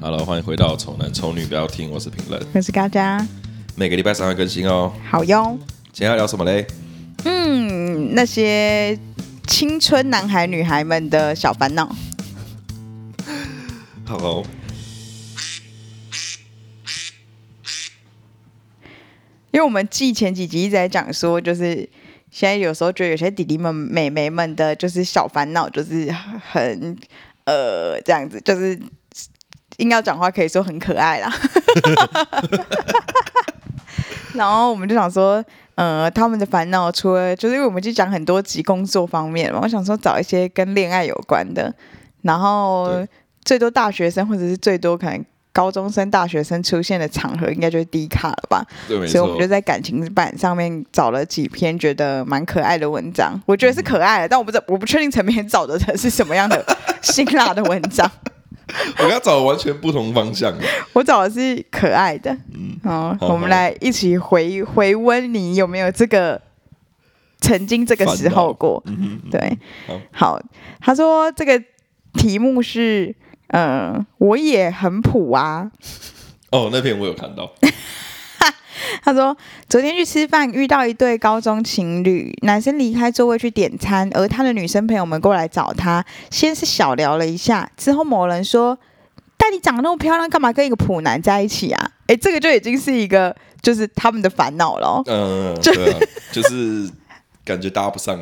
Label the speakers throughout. Speaker 1: Hello，欢迎回到《丑男丑女不要听》，我是评论，
Speaker 2: 我是嘎嘎，
Speaker 1: 每个礼拜三会更新哦。
Speaker 2: 好哟。
Speaker 1: 今天要聊什么嘞？
Speaker 2: 嗯，那些青春男孩女孩们的小烦恼，
Speaker 1: 好哦，
Speaker 2: 因为我们记前几集一直在讲说，就是现在有时候觉得有些弟弟们、妹妹们的，就是小烦恼，就是很呃这样子，就是硬要讲话可以说很可爱啦。然后我们就想说，呃，他们的烦恼除了就是因为我们就讲很多集工作方面嘛，我想说找一些跟恋爱有关的，然后
Speaker 1: 对
Speaker 2: 最多大学生或者是最多可能高中生、大学生出现的场合，应该就是低卡了吧？
Speaker 1: 对，没
Speaker 2: 所以我们
Speaker 1: 错
Speaker 2: 就，在感情版上面找了几篇觉得蛮可爱的文章，我觉得是
Speaker 1: 嗯
Speaker 2: 可爱的，但我不知道我不确定陈明 找的是什么 样的辛辣的文章，
Speaker 1: 我跟他找完全不同方向。
Speaker 2: 我找的是可爱的。
Speaker 1: 嗯，
Speaker 2: 好，
Speaker 1: 好
Speaker 2: 我们来一起回回温你有没有这个曾经这个时候过？
Speaker 1: 嗯哼，
Speaker 2: 对，
Speaker 1: 好
Speaker 2: 好，他说这个题目是。嗯，我也很普啊。
Speaker 1: 哦，那篇我有看到，
Speaker 2: 他说，昨天去吃饭，遇到一对高中情侣，男生离开座位去点餐，而他的女生朋友们过来找他，先是小聊了一下，之后某人说：“但你长得那么漂亮，干嘛跟一个普男在一起啊？”诶，这个就已经是一个就是他们的烦恼了哦。
Speaker 1: 嗯，
Speaker 2: 就
Speaker 1: 对啊，就是感觉搭不上，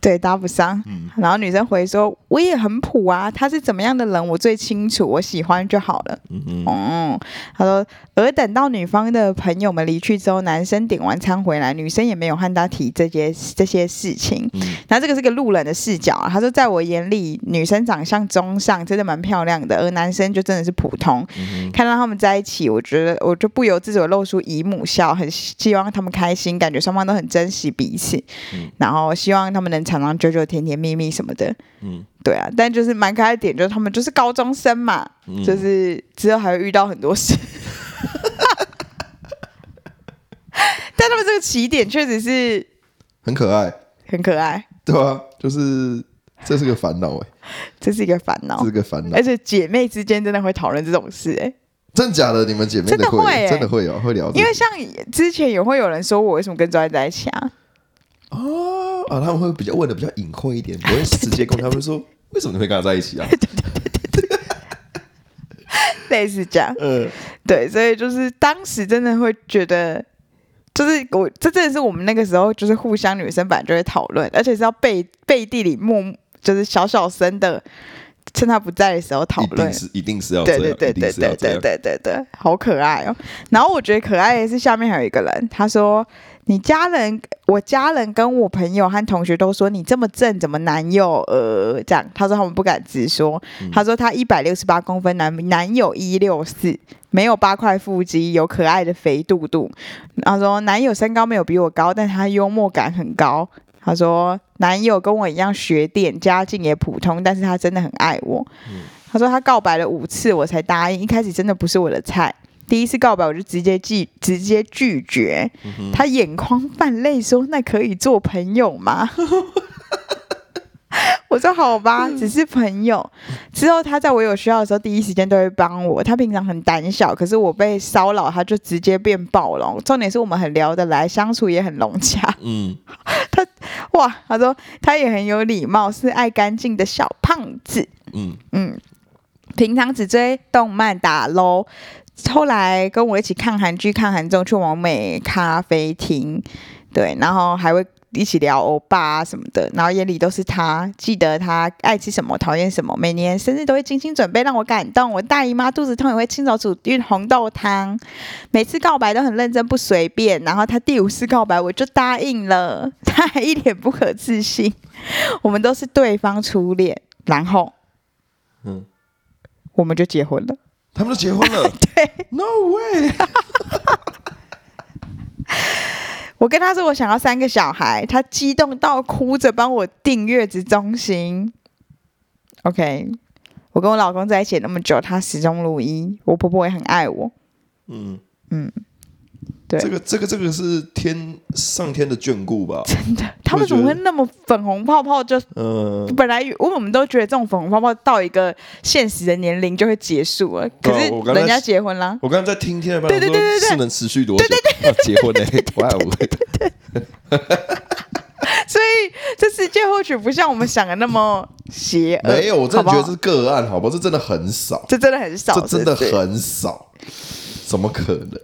Speaker 2: 对，搭不上。
Speaker 1: 嗯
Speaker 2: 然后女生回说：“我也很普啊，他是怎么样的人，我最清楚，我喜欢就好了。”
Speaker 1: 嗯哼，
Speaker 2: 嗯，他说，而等到女方的朋友们离去之后，男生点完餐回来，女生也没有和他提这些这些事情。
Speaker 1: 嗯
Speaker 2: 然后这个是个路人的视角啊，他说，在我眼里，女生长相中上，真的蛮漂亮的，而男生就真的是普通。
Speaker 1: 嗯哼，
Speaker 2: 看到他们在一起，我觉得我就不由自主地露出姨母笑，很希望他们开心，感觉双方都很珍惜彼此，
Speaker 1: 嗯
Speaker 2: 然后希望他们能长长久久、甜甜蜜蜜什么的。
Speaker 1: 嗯
Speaker 2: 对啊，但就是蛮可爱的点，就是他们就是高中生嘛，
Speaker 1: 嗯，
Speaker 2: 就是之后还会遇到很多事。 但他们这个起点确实是
Speaker 3: 很可爱，
Speaker 2: 很可爱，
Speaker 3: 对啊，就是这是个烦恼哎，
Speaker 2: 这是一个烦
Speaker 3: 这
Speaker 2: 恼
Speaker 3: 是。个烦恼
Speaker 2: 而，且姐妹之间真的会讨论这种事、哎，
Speaker 3: 真假的？你们姐妹
Speaker 2: 真的会欸
Speaker 3: 会，真的会有哦会
Speaker 1: 哦
Speaker 3: 聊这
Speaker 2: 因
Speaker 3: 个，
Speaker 2: 为像之前也会有人说我为什么跟专业在一起啊？
Speaker 3: 哦啊，他们会比较问的比较隐晦一点，不会直接跟他 们说为什么你会跟他在一起啊？
Speaker 2: 类似这样，
Speaker 3: 呃，
Speaker 2: 对，所以就是当时真的会觉得，就是我这真的是我们那个时候就是互相女生本来就会讨论，而且是要背背地里默，就是小小声的，趁他不在的时候讨
Speaker 1: 一
Speaker 2: 论
Speaker 1: 定。是一定是要这
Speaker 2: 对
Speaker 1: 样，
Speaker 2: 对对
Speaker 1: 一定
Speaker 2: 对
Speaker 1: 是要
Speaker 2: 对
Speaker 1: 这
Speaker 2: 对
Speaker 1: 样，
Speaker 2: 对对对，好可爱哦。然后我觉得可爱的是下面还有一个人，他说：“你家人，我家人跟我朋友和同学都说你这么正，怎么男友呃这样？”他说他们不敢直说，他说他一百六十八公分，男男友一六四。没有八块腹肌，有可爱的肥肚肚。他说男友身高没有比我高，但他幽默感很高。他说男友跟我一样学电，家境也普通，但是他真的很爱我。他说他告白了五次，我才答应。一开始真的不是我的菜，第一次告白我就直接拒，直接拒绝。他眼眶泛泪说：“那可以做朋友吗？” 我说好吧，只是朋友。之后他在我有需要的时候，第一时间都会帮我。他平常很胆小，可是我被骚扰，他就直接变暴龙。重点是我们很聊得来，相处也很融洽。
Speaker 1: 嗯，
Speaker 2: 哇，他说他也很有礼貌，是爱干净的小胖子。
Speaker 1: 嗯
Speaker 2: 嗯，平常只追动漫打 LO，后来跟我一起看韩剧、看韩综，去完美咖啡厅，对，然后还会一起聊欧巴啊什么的，然后眼里都是他，记得他爱吃什么、讨厌什么，每年生日都会精心准备让我感动。我大姨妈肚子痛也会亲手煮运红豆汤，每次告白都很认真不随便，然后他第五次告白我就答应了， 他还一脸不可置信，我们都是对方初恋，然后。
Speaker 1: 嗯，
Speaker 2: 我们就结婚了。
Speaker 3: 他们都结婚 了，No way，
Speaker 2: 我跟他说我想要三个小孩，他激动到哭着帮我订月子中心。OK，我跟我老公在一起那么久，他始终如一，我婆婆也很爱我。
Speaker 1: 嗯，
Speaker 2: 对，
Speaker 3: 这个这个这个是天上天的眷顾 吧？
Speaker 2: 真的，他们怎么会那么粉红泡泡就？
Speaker 3: 嗯、
Speaker 2: 本来因为我们都觉得这种粉红泡泡到一个现实的年龄就会结束了，可是
Speaker 3: 哦我刚才
Speaker 2: 人家结婚啦。
Speaker 3: 我刚刚在听天的班，
Speaker 2: 对对对对对
Speaker 3: 是能持续多久？对对对结婚嘞，哇哦！
Speaker 2: 所以这世界或许不像我们想的那么邪恶。
Speaker 3: 没有，我真的觉得这
Speaker 2: 好不
Speaker 3: 是
Speaker 2: 好
Speaker 3: 个案，好吧？这真的很少，
Speaker 2: 这真的很少，
Speaker 3: 这真的
Speaker 2: 是不是
Speaker 3: 很少，怎么可能？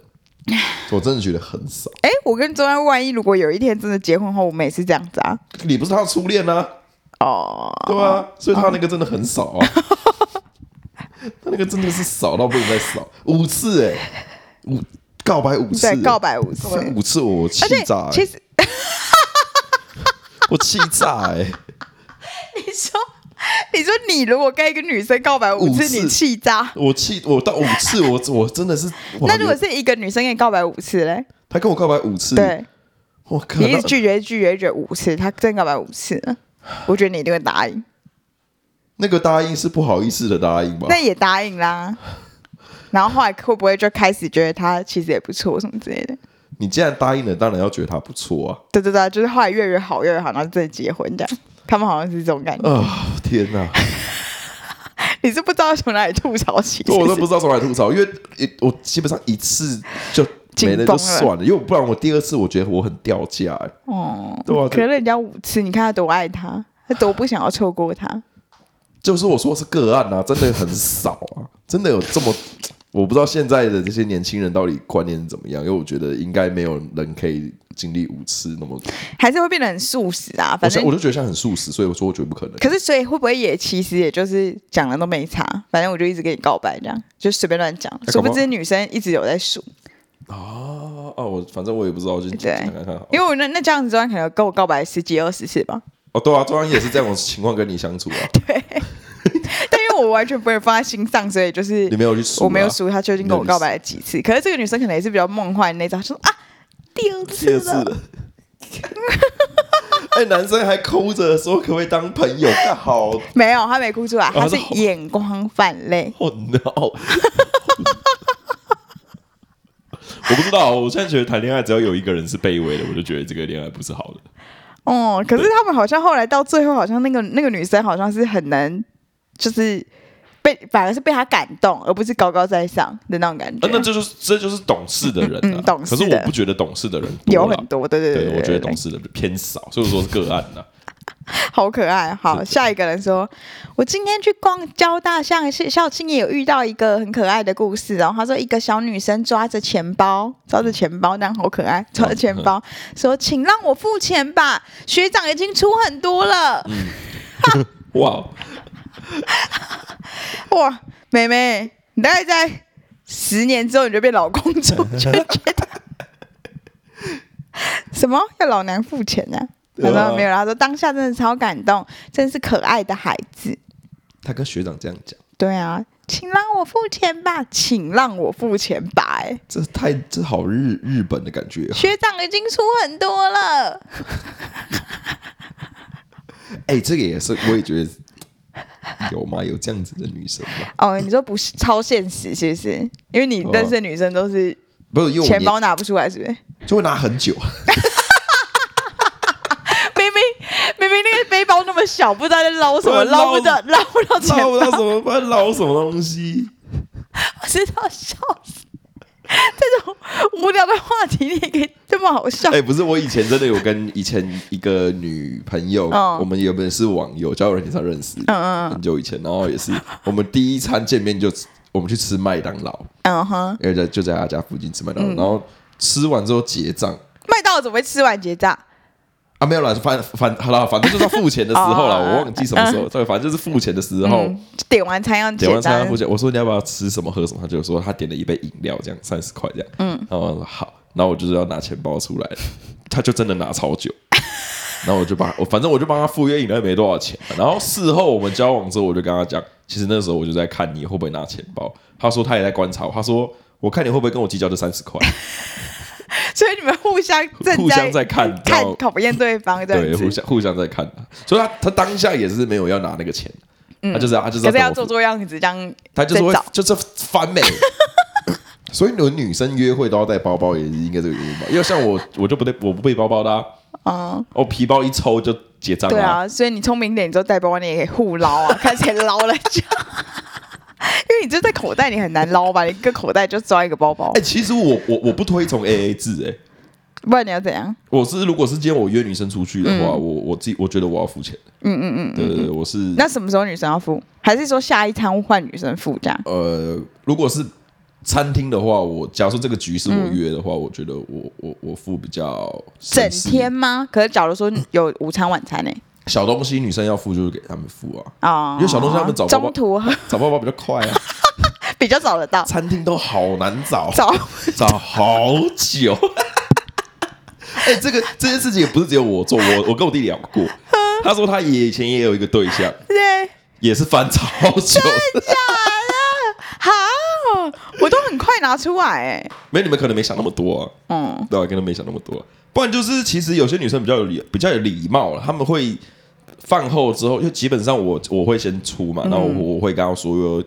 Speaker 3: 我真的觉得很少。
Speaker 2: 哎，我跟周安，万一如果有一天真的结婚后，我们也是这样子啊。
Speaker 3: 你不是他的初恋啊？
Speaker 2: 哦，
Speaker 3: 对啊，所以他那个真的很少 啊，他那个真的是少到不能再少，五次哎、五告白五次，
Speaker 2: 对，告白五次
Speaker 3: 告，白五次，我气
Speaker 2: 而且
Speaker 3: 炸、
Speaker 2: 其
Speaker 3: 欸，
Speaker 2: 实
Speaker 3: 我气炸哎、
Speaker 2: 你说，你说你如果跟一个女生告白五
Speaker 3: 五
Speaker 2: 次，
Speaker 3: 次
Speaker 2: 你气炸。
Speaker 3: 我气我到五次，我我真的是，哇
Speaker 2: 那如果是一个女生跟你告白五次嘞？
Speaker 3: 他跟我告白五次，
Speaker 2: 对，
Speaker 3: 我靠，
Speaker 2: 你一
Speaker 3: 那
Speaker 2: 直拒绝、拒绝、拒绝五次，他真告白五次了，我觉得你一定会答应，
Speaker 3: 那个答应是不好意思的答应吧？
Speaker 2: 那也答应啦。然后后来会不会就开始觉得他其实也不错什么之类的？
Speaker 3: 你既然答应了，当然要觉得他不错啊。
Speaker 2: 对对对，就是后来越来越好，越来越好，然后真的结婚这样。他们好像是这种感觉，
Speaker 3: 啊、天 哪！
Speaker 2: 你是不知道从哪里吐槽起，
Speaker 3: 呃对，我
Speaker 2: 是
Speaker 3: 都
Speaker 2: 不
Speaker 3: 不知道从哪里吐槽，因为一我基本上一次就没了
Speaker 2: 紧绷
Speaker 3: 就
Speaker 2: 了
Speaker 3: 算了，因为我不然我第二次我觉得我很掉价、欸，
Speaker 2: 是 哦，
Speaker 3: 对啊
Speaker 2: 可是人家五次，你看他多爱他，他多不想要错过他。
Speaker 3: 就是我说是个案啊，真的很少啊， 真的有这么，我不知道现在的这些年轻人到底观念是怎么样，因为我觉得应该没有人可以经历五次那么，
Speaker 2: 还是会变得很素食啊。
Speaker 3: 我
Speaker 2: 反
Speaker 3: 现
Speaker 2: 正
Speaker 3: 我就觉得现在很素食，所以我说我觉得不可能。
Speaker 2: 可是所以会不会也其实也就是讲了都没差，反正我就一直跟你告白这样，就随便乱讲，
Speaker 3: 哎
Speaker 2: 殊
Speaker 3: 搞不
Speaker 2: 不
Speaker 3: 好
Speaker 2: 知女生一直有在数，
Speaker 3: 哦哦，我反正我也不知道，就
Speaker 2: 对
Speaker 3: 看看看哦好了。
Speaker 2: 因为我那那这样子昨晚可能跟我告白十几二十 次吧，
Speaker 3: 哦，对啊，中央也是这种情况跟你相 处啊，
Speaker 2: 但因为我完全不会放在心上，所以就是
Speaker 3: 你没有去数、啊，
Speaker 2: 我没有数她究竟跟我告白了几次，可是这个女生可能也是比较梦幻那种，说啊第二
Speaker 3: 第
Speaker 2: 次
Speaker 3: 二次
Speaker 2: 了，
Speaker 3: 了。 哎，男生还抠着说可不可以当朋友，干好
Speaker 2: 没有她没哭出来，她
Speaker 3: 她
Speaker 2: 是
Speaker 3: 是
Speaker 2: 眼光泛泪，
Speaker 3: 哦 no！我不知道，我现在觉得谈恋爱只要有一个人是卑微的，我就觉得这个恋爱不是好的。
Speaker 2: 哦，可是他们好像后来到最后，好像那个那个女生好像是很能，就是被反而是被他感动，而不是高高在上的那种感觉。
Speaker 3: 啊、那这就是这就是懂事的人、啊
Speaker 2: 嗯嗯懂事的
Speaker 3: 可是我不觉得懂事的人多
Speaker 2: 有
Speaker 3: 啦
Speaker 2: 很多，对对
Speaker 3: 对
Speaker 2: 对
Speaker 3: 我觉得懂事的人偏少，所以我说是个案啊呐、
Speaker 2: 好可爱。好，下一个人说，我今天去逛交大巷校庆，也有遇到一个很可爱的故事。然后他说，一个小女生抓着钱包，抓着钱包，那样好可爱，抓着钱
Speaker 3: 嗯
Speaker 2: 包说：“请让我付钱吧，学长已经出很多了。
Speaker 1: 哇，
Speaker 2: 哇，妹妹，你大概在十年之后你就变老公主， 就觉得什么要老娘付钱呢、啊？他
Speaker 3: 对啊
Speaker 2: 说没有啦，他说当下真的超感动，真是可爱的孩子。
Speaker 3: 他跟学长这样讲，
Speaker 2: 对啊，请让我付钱吧，请让我付钱吧、哎，
Speaker 3: 这太这好日日本的感觉、啊。
Speaker 2: 学长已经出很多了，
Speaker 3: 哎、这个也是，我也觉得有吗？有这样子的女生吗？
Speaker 2: 哦，你说不是超现实是不是？因为你认识的女生都是
Speaker 3: 不啊是，因为我
Speaker 2: 钱
Speaker 3: 年
Speaker 2: 包拿不出来，是不是？
Speaker 3: 就会拿很 久。
Speaker 2: 明明明明那个背包那么小，不知道在捞什么，
Speaker 3: 对
Speaker 2: 捞不到，捞不到钱
Speaker 3: 捞不到什
Speaker 2: 包，
Speaker 3: 么，不知道捞什么东西。
Speaker 2: 我知道笑死。这种无聊的话题你也可以这么好 笑
Speaker 3: 哎、，不是，我以前真的有跟以前一个女朋友，
Speaker 2: 嗯
Speaker 3: 我们原本是网友，交友软件上认识，
Speaker 2: 嗯嗯
Speaker 3: 很久以前，然后也是我们第一餐见面就吃我们去吃麦当劳，
Speaker 2: 嗯哼，
Speaker 3: 因为在就在他家附近吃麦当
Speaker 2: 嗯
Speaker 3: 劳，然后吃完之后结账
Speaker 2: 麦当劳怎么会吃完结账？
Speaker 3: 啊，没有啦，反反好了，反正就是要付钱的时候啦，
Speaker 2: 哦
Speaker 3: 我忘记什么时候，对，反正就是付钱的时候。
Speaker 2: 嗯，就点完餐要结
Speaker 3: 点完餐
Speaker 2: 账
Speaker 3: 他付，钱，我说你要不要吃什么喝什么，他就说他点了一杯饮料，这样三十块这样，嗯，然后我说好，然后我就是要拿钱包出来，他就真的拿超久， 然后我就帮我反正我就帮他付，因为饮料也没多少钱嘛，然后事后我们交往之后，我就跟他讲，其实那时候我就在看你会不会拿钱包，他说他也在观察我，他说我看你会不会跟我计较这三十块，
Speaker 2: 所以你们互相正
Speaker 3: 互相在看然
Speaker 2: 看
Speaker 3: 后
Speaker 2: 考验对方 这
Speaker 3: 对，
Speaker 2: 样
Speaker 3: 互
Speaker 2: 子，
Speaker 3: 相互相在看，所以他他当下也是没有要拿那个钱，他就是要他就是
Speaker 2: 嗯可是
Speaker 3: 要跟我
Speaker 2: 要
Speaker 3: 付
Speaker 2: 做做样子这样
Speaker 3: 他就是
Speaker 2: 在
Speaker 3: 会
Speaker 2: 找
Speaker 3: 就是翻美，所以有女生约会都要带包包，也是应该这个原因吧？因为像我，我就不带，我不背包包的、啊，
Speaker 2: 嗯，
Speaker 3: 我皮包一抽就结账
Speaker 2: 对
Speaker 3: 了、
Speaker 2: 啊，所以你聪明点，你就带包包，你也可以互捞 啊，看谁捞了就。因为你就在口袋，你很难捞吧？你一个口袋就抓一个包包
Speaker 3: 哎、，其实我我我不推崇 A A 制、哎，
Speaker 2: 不然你要怎样？
Speaker 3: 我是如果是今天我约女生出去的话，我我自己我觉得我要付钱。嗯嗯嗯，对对对，我是
Speaker 2: 那什么时候女生要付？还是说下一餐换女生付这样？
Speaker 3: 呃，如果是餐厅的话，我假如说这个局是我约的话，我觉得我我我付比较
Speaker 2: 整
Speaker 3: 省事
Speaker 2: 天吗？可是假如说有午餐晚餐呢、
Speaker 3: 小东西，女生要付就是给他们付啊，
Speaker 2: 哦，
Speaker 3: 因为小东西他们找包包
Speaker 2: 中途
Speaker 3: 找包包比较快啊，
Speaker 2: 比较找 得到，
Speaker 3: 餐厅都好难找，
Speaker 2: 找
Speaker 3: 找好久。哎、这个这件事情也不是只有我做，我我跟我弟聊过，他说他也以前也有一个对象，
Speaker 2: 对，
Speaker 3: 也是翻超久，
Speaker 2: 啊好，啊我都很快拿出来哎、
Speaker 3: 没你们可能没想那么多、啊，
Speaker 2: 嗯，
Speaker 3: 对、啊，可能没想那么多。不然就是，其实有些女生比较有礼，比较有礼貌了，她们会饭后之后，就基本上我我会先出嘛，然后我我会跟她说，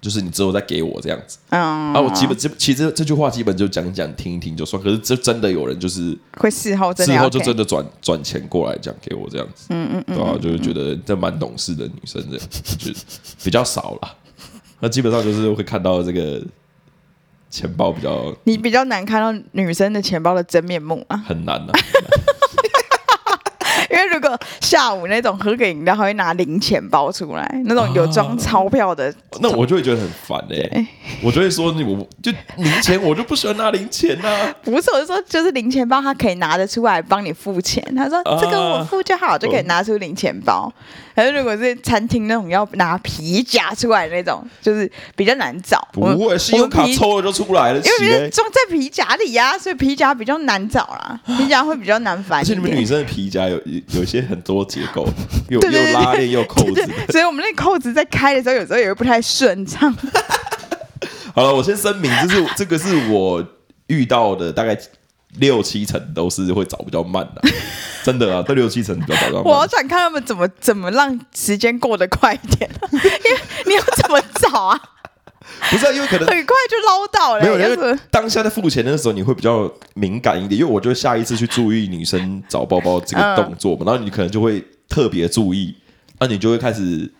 Speaker 3: 就是你之后再给我这样子。
Speaker 2: 嗯，
Speaker 3: 啊，我基本这其实这句话基本就讲一讲听一听就算，可是这真的有人就是
Speaker 2: 会事后真的
Speaker 3: 事
Speaker 2: 要
Speaker 3: 后就
Speaker 2: care
Speaker 3: 真的转转钱过来讲给我这样子，嗯嗯嗯，对啊，就是觉得这蛮懂事的女生这样，就比较少了。那基本上就是会看到这个钱包比较
Speaker 2: 你比较难看到女生的钱包的真面目啊，
Speaker 3: 很难了、
Speaker 2: 因为如果下午那种喝个饮料，还会拿零钱包出来，那种有装
Speaker 3: 哦
Speaker 2: 钞票的，
Speaker 3: 那我就会觉得很烦哎、我就会说你我就零钱，我就不喜欢拿零钱啊呐、
Speaker 2: 不是，我是说就是零钱包，他可以拿得出来帮你付钱。他说
Speaker 3: 啊
Speaker 2: 这个我付就好，就可以拿出零钱包。可是如果是餐厅那种要拿皮夹出来的那种，就是比较难找。
Speaker 3: 不
Speaker 2: 我们
Speaker 3: 会，信用卡，
Speaker 2: 我们皮
Speaker 3: 抽了就出来了，
Speaker 2: 因
Speaker 3: 洗欸
Speaker 2: 为
Speaker 3: 嘞。
Speaker 2: 装在皮夹里呀、所以皮夹比较难找啦，皮夹会比较难翻
Speaker 3: 而
Speaker 2: 一
Speaker 3: 且你
Speaker 2: 点。
Speaker 3: 们女生的皮夹有有有一些很多结 构，有
Speaker 2: 对对
Speaker 3: 又
Speaker 2: 对
Speaker 3: 拉链又扣子
Speaker 2: 对
Speaker 3: 的。
Speaker 2: 所以我们那扣子在开的时候，有时候也会不太顺畅。
Speaker 3: 好了，我先声明，就是这个是我遇到的大概六七成都是会找比较慢 的、真的啊，这六七成比较找比较
Speaker 2: 我好
Speaker 3: 慢。
Speaker 2: 想看他们怎么怎么让时间过得快一点， 因为你要怎么找啊？
Speaker 3: 不是、啊、因为可能
Speaker 2: 很快就捞到了、欸
Speaker 3: 没有，
Speaker 2: 要
Speaker 3: 因
Speaker 2: 是
Speaker 3: 为当下在付钱的时候，你会比较敏感一点，因为我就会下一次去注意女生找包包这个动作嘛，
Speaker 2: 嗯
Speaker 3: 然后你可能就会特别注意，那你就会开始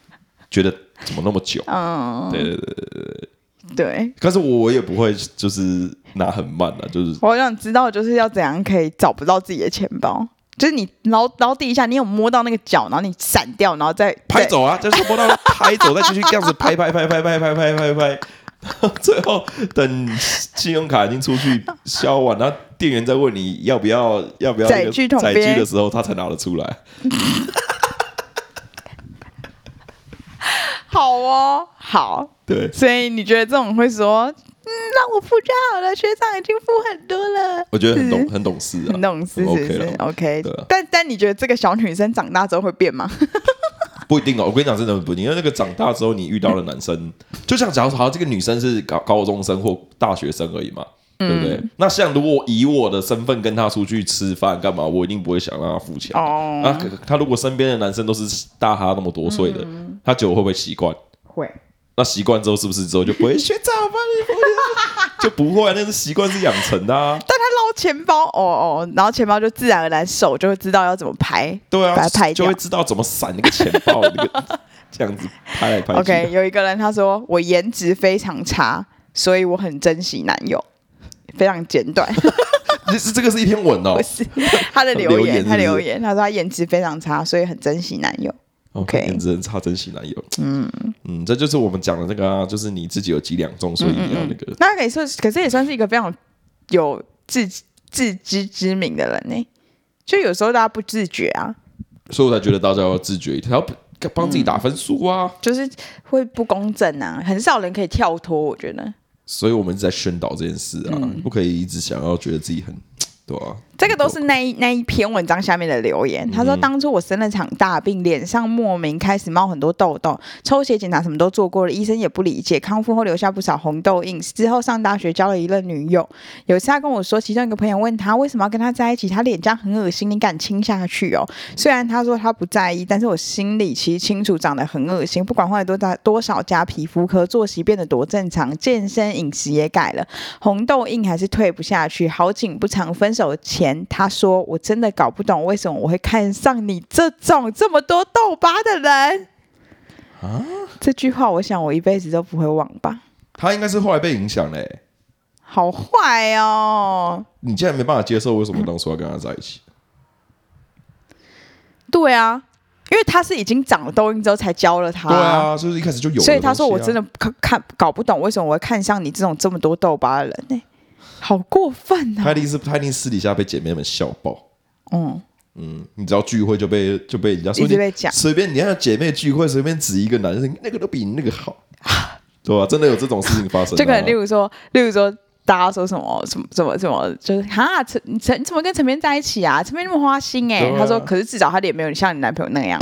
Speaker 3: 觉得怎么那么久？
Speaker 2: 嗯，
Speaker 3: 对对对对，
Speaker 2: 对，
Speaker 3: 但是我也不会就是拿很慢的，就是
Speaker 2: 我想知道就是要怎样可以找不到自己的钱包，就是你捞捞地一下，你有摸到那个角，然后你闪掉，然后再
Speaker 3: 拍。走啊，就是摸到拍走，再继续这样子拍拍拍拍拍拍拍拍拍。最后等信用卡已经出去销完，然后店员再问你要不要要不要那
Speaker 2: 载
Speaker 3: 个
Speaker 2: 具桶
Speaker 3: 载
Speaker 2: 边
Speaker 3: 具的时候，他才拿得出来。
Speaker 2: 再好哦，好。
Speaker 3: 对，
Speaker 2: 所以你觉得这种会说，嗯，让我付就好了，学长已经付很多了。
Speaker 3: 我觉得很
Speaker 2: 是
Speaker 3: 懂，很懂事啊，
Speaker 2: 很懂事，
Speaker 3: 很
Speaker 2: 是
Speaker 3: OK
Speaker 2: 是
Speaker 3: 了，
Speaker 2: OK
Speaker 3: 对啊。
Speaker 2: 但但你觉得这个小女生长大之后会变吗？
Speaker 3: 不一定哦。我跟你讲，真的不一定，因为那个长大之后，你遇到的男 生，就像假如好像这个女生是高高中生或大学生而已嘛，
Speaker 2: 嗯
Speaker 3: 对不对？那像如果以我的身份跟她出去吃饭干嘛，我一定不会想让她付钱。
Speaker 2: 哦
Speaker 3: 那啊可她如果身边的男生都是大她那么多岁的，她久了会不会习惯？
Speaker 2: 会。
Speaker 3: 那习惯之后是不是之后就不会学长我帮你付钱？就不会啊， 那是习惯是养成的啊。
Speaker 2: 但她捞钱包，哦哦，然后钱包就自然而然手就会知道要怎么拍。
Speaker 3: 对啊
Speaker 2: 把它，拍
Speaker 3: 就
Speaker 2: 掉
Speaker 3: 会知道怎么闪那个钱包，那个 这样子拍来拍去。
Speaker 2: OK，有一个人他说我颜值非常差，所以我很珍惜男友。非常简短，
Speaker 3: 这是这个是一篇文哦
Speaker 2: 不。是他的留
Speaker 3: 留言
Speaker 2: 言，
Speaker 3: 是不
Speaker 2: 他
Speaker 3: 是
Speaker 2: 留言，他说他颜值非常差，所以很珍惜男友。OK
Speaker 3: 颜值很差，珍惜男友。嗯嗯，这就是我们讲的那个啊，就是你自己有几两重，所以
Speaker 2: 嗯
Speaker 3: 你要那个。
Speaker 2: 那可以说，可是也算是一个非常有自自知之明的人呢、就有时候大家不自觉啊，
Speaker 3: 所以我才觉得大家要自觉一点，要帮自己打分数啊。
Speaker 2: 就是会不公正啊，很少人可以跳脱。我觉得嗯
Speaker 3: 所以我们一直在宣导这件事啊，你不可以一直想要觉得自己很对啊，
Speaker 2: 这个都是那一那一篇文章下面的留言。他说，当初我生了场大病，脸上莫名开始冒很多痘痘，抽血检查什么都做过了，医生也不理解。康复后留下不少红痘印。之后上大学交了一任女友，有一次他跟我说，其中一个朋友问他为什么要跟他在一起，他脸这样很恶心，你敢亲下去哦？虽然他说他不在意，但是我心里其实清楚，长得很恶心。不管换了多大多少家皮肤科，作息变得多正常，健身饮食也改了，红豆印还是退不下去。好景不长，分手前他说：“我真的搞不懂为什么我会看上你这种这么多痘疤的人。”
Speaker 3: 啊，
Speaker 2: 这句话我想我一辈子都不会忘吧。
Speaker 3: 他应该是后来被影响嘞、
Speaker 2: 好坏哦，
Speaker 3: 你竟然没办法接受，为什么当初要跟他在一起？
Speaker 2: 对啊，因为他是已经长了痘印之后才教了他，
Speaker 3: 对啊，就是一开始就有、
Speaker 2: 所以他说我真
Speaker 3: 的
Speaker 2: 的看看搞不懂为什么我会看上你这种这么多痘疤的人呢、好过分
Speaker 3: 东西啊，
Speaker 2: 啊！
Speaker 3: 他一定是他一定私底下被姐妹们笑爆。
Speaker 2: 嗯，
Speaker 3: 嗯，你知道聚会就被就被人家说
Speaker 2: 一直
Speaker 3: 你
Speaker 2: 被讲
Speaker 3: 随便你看姐妹聚会随便指一个男生，那个都比你那个 好，对吧、真的有这种事情发生、啊。
Speaker 2: 就可能例如说，例如说。大家说什么什么什么什么，就是哈陈陈你怎么跟陈边在一起啊？陈边那么花心哎、
Speaker 3: 对啊
Speaker 2: 他说，可是至少他脸没有像你男朋友那 样。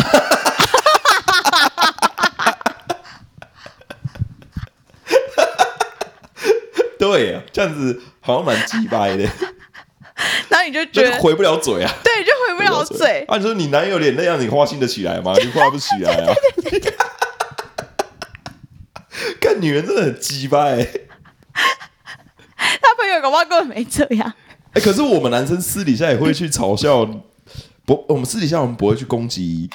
Speaker 3: 对啊，这样子好像蛮鸡掰 的，
Speaker 2: 然后你就
Speaker 3: 就
Speaker 2: 觉得，
Speaker 3: 回不了嘴啊，
Speaker 2: 对，就回不了嘴。
Speaker 3: 啊，你说你男友脸那样，你花心得起 来吗？你花不起来啊。 干女人真的很鸡掰、欸，
Speaker 2: 他朋友搞不好根本没这样，
Speaker 3: 哎、可是我们男生私底下也会去嘲笑，不，我们私底下我们不会去攻击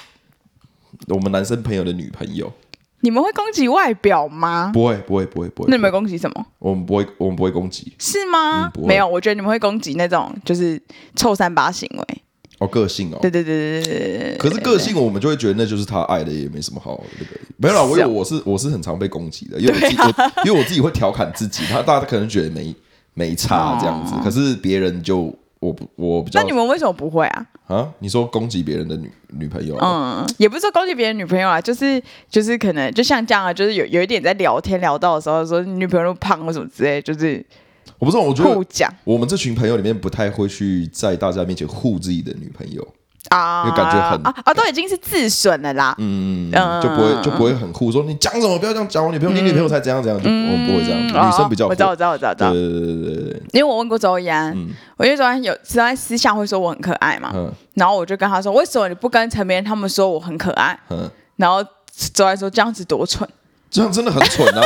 Speaker 3: 我们男生朋友的女朋友，
Speaker 2: 你们会攻击外表吗？
Speaker 3: 不会，不会，不会，不会，
Speaker 2: 那你们攻击什么？
Speaker 3: 我们不会，我们不会攻击
Speaker 2: 是吗？
Speaker 3: 嗯不会
Speaker 2: 没有，我觉得你们会攻击那种就是臭三八行为。
Speaker 3: 哦，个性哦，
Speaker 2: 对对对对对对对。
Speaker 3: 可是个性，我们就会觉得那就是他爱的，也没什么好那个。没有啦，我
Speaker 2: 是啊
Speaker 3: 有我是我是很常被攻击的，因为我自己、我因为我自己会调侃自己，他大家可能觉得没没差这样子，可是别人就我不我比较
Speaker 2: 那你们为什么不会啊？
Speaker 3: 啊，你说攻击别人的女女朋友、啊，
Speaker 2: 嗯，也不是说攻击别人女朋友啊，就是就是可能就像这样啊，就是有有一点在聊天聊到的时候说你女朋友那么胖或什么之类，就是
Speaker 3: 我不知道，我觉
Speaker 2: 互
Speaker 3: 得
Speaker 2: 讲
Speaker 3: 我们这群朋友里面不太会去在大家面前护自己的女朋友，
Speaker 2: 啊，
Speaker 3: 因为感觉很
Speaker 2: 啊啊，都已经是自损了啦。
Speaker 3: 嗯，就不会就不会很护说你讲什么不要这样讲我女朋友，你女朋友才怎样怎样，就我们不会这样，女生比较
Speaker 2: 哦
Speaker 3: 会
Speaker 2: 我知道，我知道，我知道，我知
Speaker 3: 对
Speaker 2: 道，
Speaker 3: 对对对对对，
Speaker 2: 因为我问过周怡安，我觉得周怡安有周怡安私下会说我很可爱嘛，
Speaker 3: 嗯
Speaker 2: 然后我就跟他说，为什么你不跟陈明他们说我很可爱？
Speaker 3: 嗯。
Speaker 2: 然后周怡安说这样子多蠢，
Speaker 3: 这样真的很蠢 啊！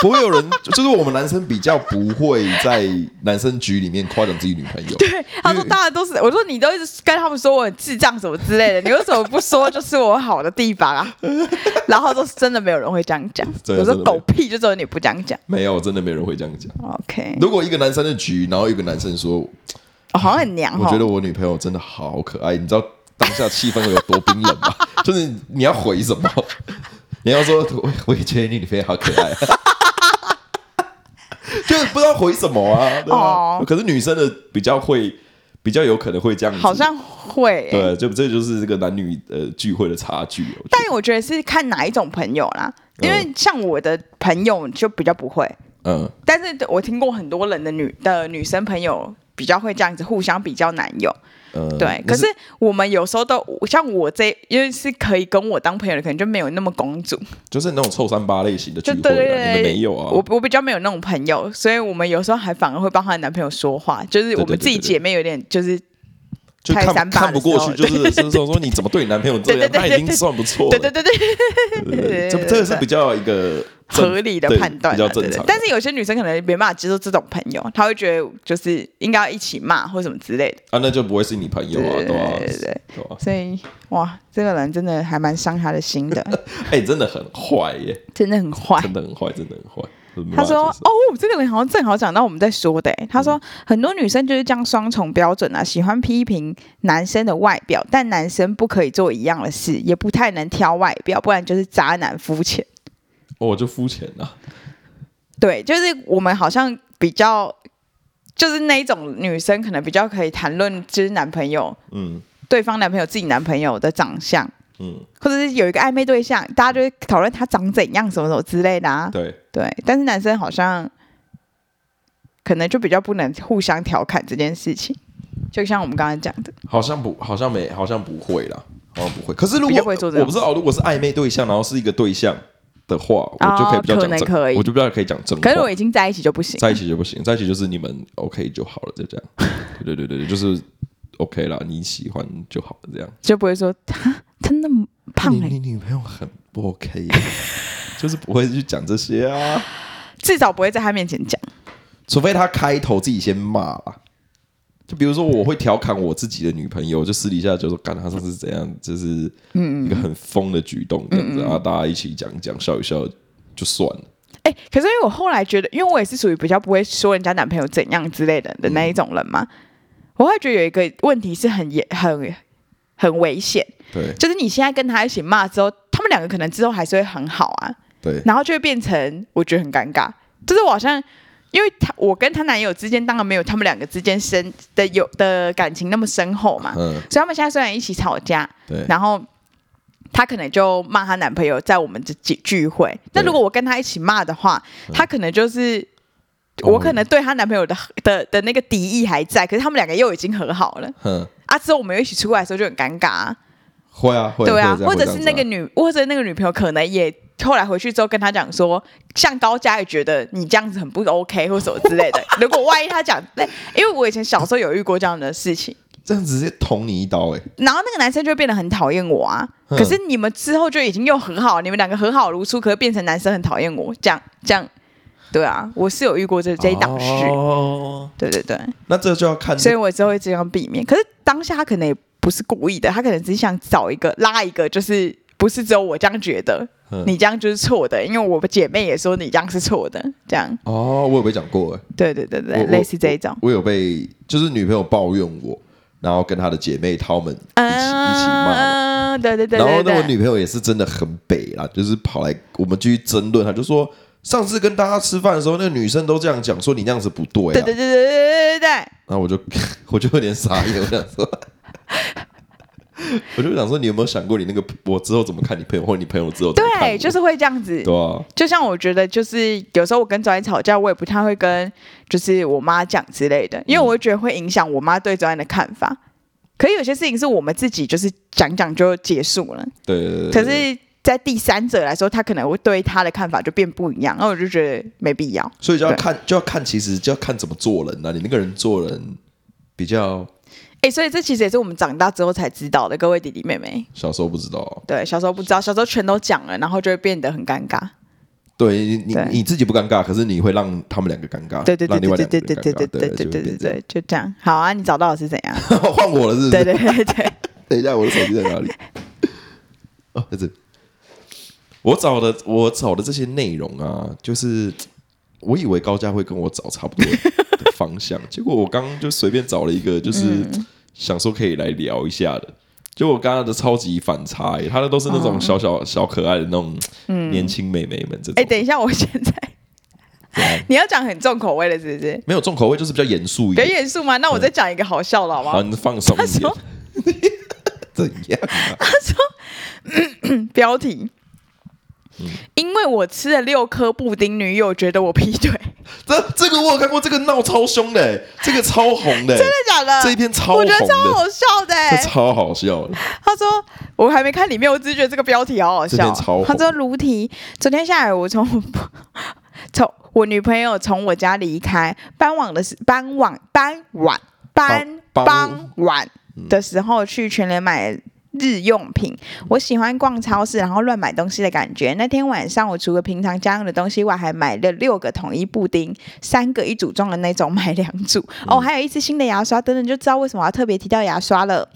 Speaker 3: 不会有人，就是我们男生比较不会在男生局里面夸奖自己女朋友。对，
Speaker 2: 他说：“当然都是。”我说：“你都一直跟他们说我很智障什么之类的，你为什么不说就是我好的地方啊？” 然后他说：“真的没有人会这样讲。”
Speaker 3: 真的
Speaker 2: 我说
Speaker 3: 真：“的没
Speaker 2: 狗
Speaker 3: 有
Speaker 2: 屁，就只有你不这样讲。
Speaker 3: 没有，真的没人会这样讲。
Speaker 2: ”OK，
Speaker 3: 如果一个男生的局，然后一个男生说，
Speaker 2: 哦好像很娘
Speaker 3: 我
Speaker 2: 哦
Speaker 3: 觉。得我女朋友真的好可爱，你知道当下气氛会有多冰 冷吗？就是你要回什么？你要说，我我也觉得你女朋友好可爱、啊 就是不知道回什么啊。对啊
Speaker 2: 哦
Speaker 3: 可是女生的比较会，比较有可能会这样子。
Speaker 2: 好像会欸、
Speaker 3: 对，就这就是这个男女呃聚会的差距。我觉得
Speaker 2: 但我觉得是看哪一种朋友啦，因为像我的朋友就比较不会，
Speaker 3: 嗯，
Speaker 2: 但是我听过很多人的女的女生朋友比较会这样子互相比较男友。
Speaker 3: 呃
Speaker 2: 对，
Speaker 3: 那
Speaker 2: 可是我们有时候都像我这，因为是可以跟我当朋友的，可能就没有那么公主。
Speaker 3: 就是那种臭三八类型的聚
Speaker 2: 就
Speaker 3: 会、啊，
Speaker 2: 对对对，
Speaker 3: 你们没有啊？
Speaker 2: 我我比较没有那种朋友，所以我们有时候还反而会帮她的男朋友说话，就是
Speaker 3: 对
Speaker 2: 我
Speaker 3: 对对
Speaker 2: 们自己
Speaker 3: 对对
Speaker 2: 姐妹有点就是
Speaker 3: 就
Speaker 2: 太三
Speaker 3: 看
Speaker 2: 八的
Speaker 3: 看不过去，
Speaker 2: 时
Speaker 3: 就
Speaker 2: 候
Speaker 3: 是就是说说你怎么对你男朋友这
Speaker 2: 对对
Speaker 3: 样，
Speaker 2: 对
Speaker 3: 他
Speaker 2: 对
Speaker 3: 已经算不错
Speaker 2: 对
Speaker 3: 了。
Speaker 2: 对对对
Speaker 3: 对对对，
Speaker 2: 对对
Speaker 3: 这
Speaker 2: 对
Speaker 3: 这个是比较一个正
Speaker 2: 合理的
Speaker 3: 对
Speaker 2: 判断啊，
Speaker 3: 比较
Speaker 2: 对
Speaker 3: 正
Speaker 2: 对对
Speaker 3: 常的。
Speaker 2: 但是有些女生可能没办法接受这种朋友，她会觉得就是应该要一起骂或什么之类的，
Speaker 3: 啊，那就不会是你朋友啊，
Speaker 2: 对对
Speaker 3: 对吧、
Speaker 2: 对对对
Speaker 3: 对吧、
Speaker 2: 所以哇，这个人真的还蛮伤她的心的，
Speaker 3: 哎、真的很坏耶，
Speaker 2: 真的很坏。
Speaker 3: 真的很坏，真的很坏。我没
Speaker 2: 他
Speaker 3: 办法
Speaker 2: 说：“
Speaker 3: 接
Speaker 2: 哦，这个人好像正好讲到我们在说的欸。他说、很多女生就是这样双重标准啊，喜欢批评男生的外表，但男生不可以做一样的事，也不太能挑外表，不然就是渣男肤浅。
Speaker 3: 受，哦我就肤浅了。
Speaker 2: 对，就是我们好像比较，就是那一种女生可能比较可以谈论，就是男朋友、
Speaker 3: 嗯
Speaker 2: 对方男朋友、自己男朋友的长相，
Speaker 3: 嗯，
Speaker 2: 或者是有一个暧昧对象，大家就会讨论他长怎样、什么什么之类的啊。
Speaker 3: 对，
Speaker 2: 对，但是男生好像可能就比较不能互相调侃这件事情。就像我们刚才讲的，
Speaker 3: 好像不，好像没，好像不会啦，好像不会。可是如
Speaker 2: 比较
Speaker 3: 果
Speaker 2: 会做这
Speaker 3: 我
Speaker 2: 种
Speaker 3: 不知道，如果是暧昧对象，然后是一个对象的话，我就可以比较
Speaker 2: 哦可
Speaker 3: 讲
Speaker 2: 能
Speaker 3: 真，
Speaker 2: 可以
Speaker 3: 我就比较可以讲真话。
Speaker 2: 可是我已经在一起就不 行。
Speaker 3: 在一起就不行，在一起就是你们 OK 就好了，就这样。 对对对对，就是 OK 啦，你喜欢就好了，这样。
Speaker 2: 就不会说他他那么胖
Speaker 3: 你
Speaker 2: 哎、
Speaker 3: 你女朋友很不 OK，耶就是不会去讲这些啊，
Speaker 2: 至少不会在他面前讲。
Speaker 3: 除非她开头自己先骂啦。就比如说，我会调侃我自己的女朋友，就私底下就说：“干，她上次怎样，就是
Speaker 2: 嗯
Speaker 3: 一个很疯的举动，这样子。”然后大家一起讲一讲，笑一笑就算了。
Speaker 2: 哎、可是因为我后来觉得，因为我也是属于比较不会说人家男朋友怎样之类的的
Speaker 3: 嗯
Speaker 2: 那一种人嘛，我会觉得有一个问题是很严很很危险，
Speaker 3: 对
Speaker 2: 就是你现在跟他一起骂之后，他们两个可能之后还是会很好啊，
Speaker 3: 对，
Speaker 2: 然后就会变成我觉得很尴尬，就是我好像。因为他，我跟她男友之间当然没有他们两个之间深的有的感情那么深厚嘛，
Speaker 3: 嗯，
Speaker 2: 所以他们现在虽然一起吵架，
Speaker 3: 对
Speaker 2: 然后她可能就骂她男朋友在我们这聚聚会。那如果我跟她一起骂的话，
Speaker 3: 嗯
Speaker 2: 她可能就是。
Speaker 3: 哦
Speaker 2: 我可能对她男朋友的的的那个敌意还在，可是他们两个又已经和好了
Speaker 3: 哼，
Speaker 2: 啊。之后我们又一起出来的时候就很尴尬、啊，
Speaker 3: 会啊，会
Speaker 2: 对啊，
Speaker 3: 会这样
Speaker 2: 或者是
Speaker 3: 会这样子啊
Speaker 2: 那个女，或者那个女朋友可能也后来回去之后跟他讲说，像高嘉也觉得你这样子很不 OK 或什么之 类的。如果万一他讲，对因为我以前小时候有遇过这样的事情，
Speaker 3: 这样直接捅你一刀，哎，
Speaker 2: 然后那个男生就会变得很讨厌我啊。
Speaker 3: 嗯
Speaker 2: 可是你们之后就已经又和好，你们两个和好如初，可是变成男生很讨厌我，这样这样，对啊，我是有遇过这这一档事，
Speaker 3: 哦，
Speaker 2: 对对对，
Speaker 3: 那这就要看
Speaker 2: 所以我之后会尽量避免。可是当下他可能也不是故意的，他可能只是想找一个拉一个，就是不是只有我这样觉得，
Speaker 3: 嗯
Speaker 2: 你这样就是错的，因为我姐妹也说你这样是错的，这样，
Speaker 3: 哦，我有被讲过哎，
Speaker 2: 对对对
Speaker 3: 我
Speaker 2: 对，
Speaker 3: 我
Speaker 2: 类似这一种，
Speaker 3: 我有被就是女朋友抱怨我，然后跟她的姐妹她们一起、
Speaker 2: 啊
Speaker 3: 一起骂我。
Speaker 2: 嗯，对对对
Speaker 3: 然后
Speaker 2: 对
Speaker 3: 那我
Speaker 2: 对
Speaker 3: 女
Speaker 2: 对，
Speaker 3: 朋友也是真的很北啦，就是跑来我们继续争论，她就说上次跟大家吃饭的时候，那个女生都这样讲，说你那样子不对啊。
Speaker 2: 对对对对对对对对。
Speaker 3: 然后我就我就有点傻眼，我想说，我就想说，你有没有想过你那个我之后怎么看你朋友，或者你朋友之后怎么看
Speaker 2: 对，
Speaker 3: 我
Speaker 2: 就是会这样子。
Speaker 3: 对啊，
Speaker 2: 就像我觉得，就是有时候我跟周安吵架，我也不太会跟就是我妈讲之类的，因为我会觉得会影响我妈对周安的看法。可是有些事情是我们自己就是讲讲就结束了，
Speaker 3: 对对对对
Speaker 2: 可
Speaker 3: 对
Speaker 2: 是，在第三者来说，他可能会对他的看法就变不一样，那我就觉得没必要。
Speaker 3: 所以就要
Speaker 2: 对
Speaker 3: 看，就要看，其实就要看怎么做人呐、你那个人做人比较
Speaker 2: 哎，所以这其实也是我们长大之后才知道的，各位弟弟妹妹。
Speaker 3: 小时候不知道啊、
Speaker 2: 对，小时候不知道，小时候全都讲了，然后就会变得很尴尬。
Speaker 3: 对你你
Speaker 2: 对
Speaker 3: 你自己不尴尬，可是你会让他们两个尴尬，
Speaker 2: 对对对
Speaker 3: 让另外两
Speaker 2: 对
Speaker 3: 个
Speaker 2: 对
Speaker 3: 人
Speaker 2: 对对
Speaker 3: 尴
Speaker 2: 对
Speaker 3: 尬
Speaker 2: 对对对对对对，就这样。好啊，你找到的是怎样？
Speaker 3: 对， 换我了是不是？
Speaker 2: 对对对对。
Speaker 3: 等一下，我的手机在哪里？ 哦，在这里。我找的我找的这些内容啊，就是我以为高佳会跟我找差不多的方向，结果我刚刚就随便找了一个，就是
Speaker 2: 嗯
Speaker 3: 想说可以来聊一下的。结果我刚刚的超级反差、欸，他的都是那
Speaker 2: 哦
Speaker 3: 种小小、小可爱的那种年轻妹妹们这
Speaker 2: 嗯哎、
Speaker 3: 种，
Speaker 2: 等一下，我现在你要讲很重口味的，是不是？
Speaker 3: 没有重口味，就是比较严肃一
Speaker 2: 比较
Speaker 3: 点，
Speaker 2: 严肃吗？那我再讲一个好笑的嗯好吗？
Speaker 3: 很放松一
Speaker 2: 他
Speaker 3: 点
Speaker 2: 说。
Speaker 3: 怎样啊、
Speaker 2: 标题。因为我吃了六颗布丁，女友觉得我劈 腿，真
Speaker 3: 这这个我有看过，这个闹超凶的欸、这个超红 的欸、
Speaker 2: 的假的？
Speaker 3: 这一篇超
Speaker 2: 我觉得
Speaker 3: 红
Speaker 2: 超
Speaker 3: 的
Speaker 2: 好笑的、
Speaker 3: 这
Speaker 2: 欸。
Speaker 3: 超好笑的，
Speaker 2: 他说我还没看里面，我只是觉得这个标题好好
Speaker 3: 这
Speaker 2: 笑
Speaker 3: 篇超红。
Speaker 2: 他说如题，昨天下午我从从我女朋友从我家离开，傍晚的时傍晚傍晚傍
Speaker 3: 傍
Speaker 2: 傍晚的时候去全联买。日用品，我喜欢逛超市，然后乱买东西的感觉。那天晚上，我除了平常家用的东西外，还买了六个统一布丁，三个一组装的那种，买两组。哦，还有一支新的牙刷，等等，就知道为什么我要特别提到牙刷了。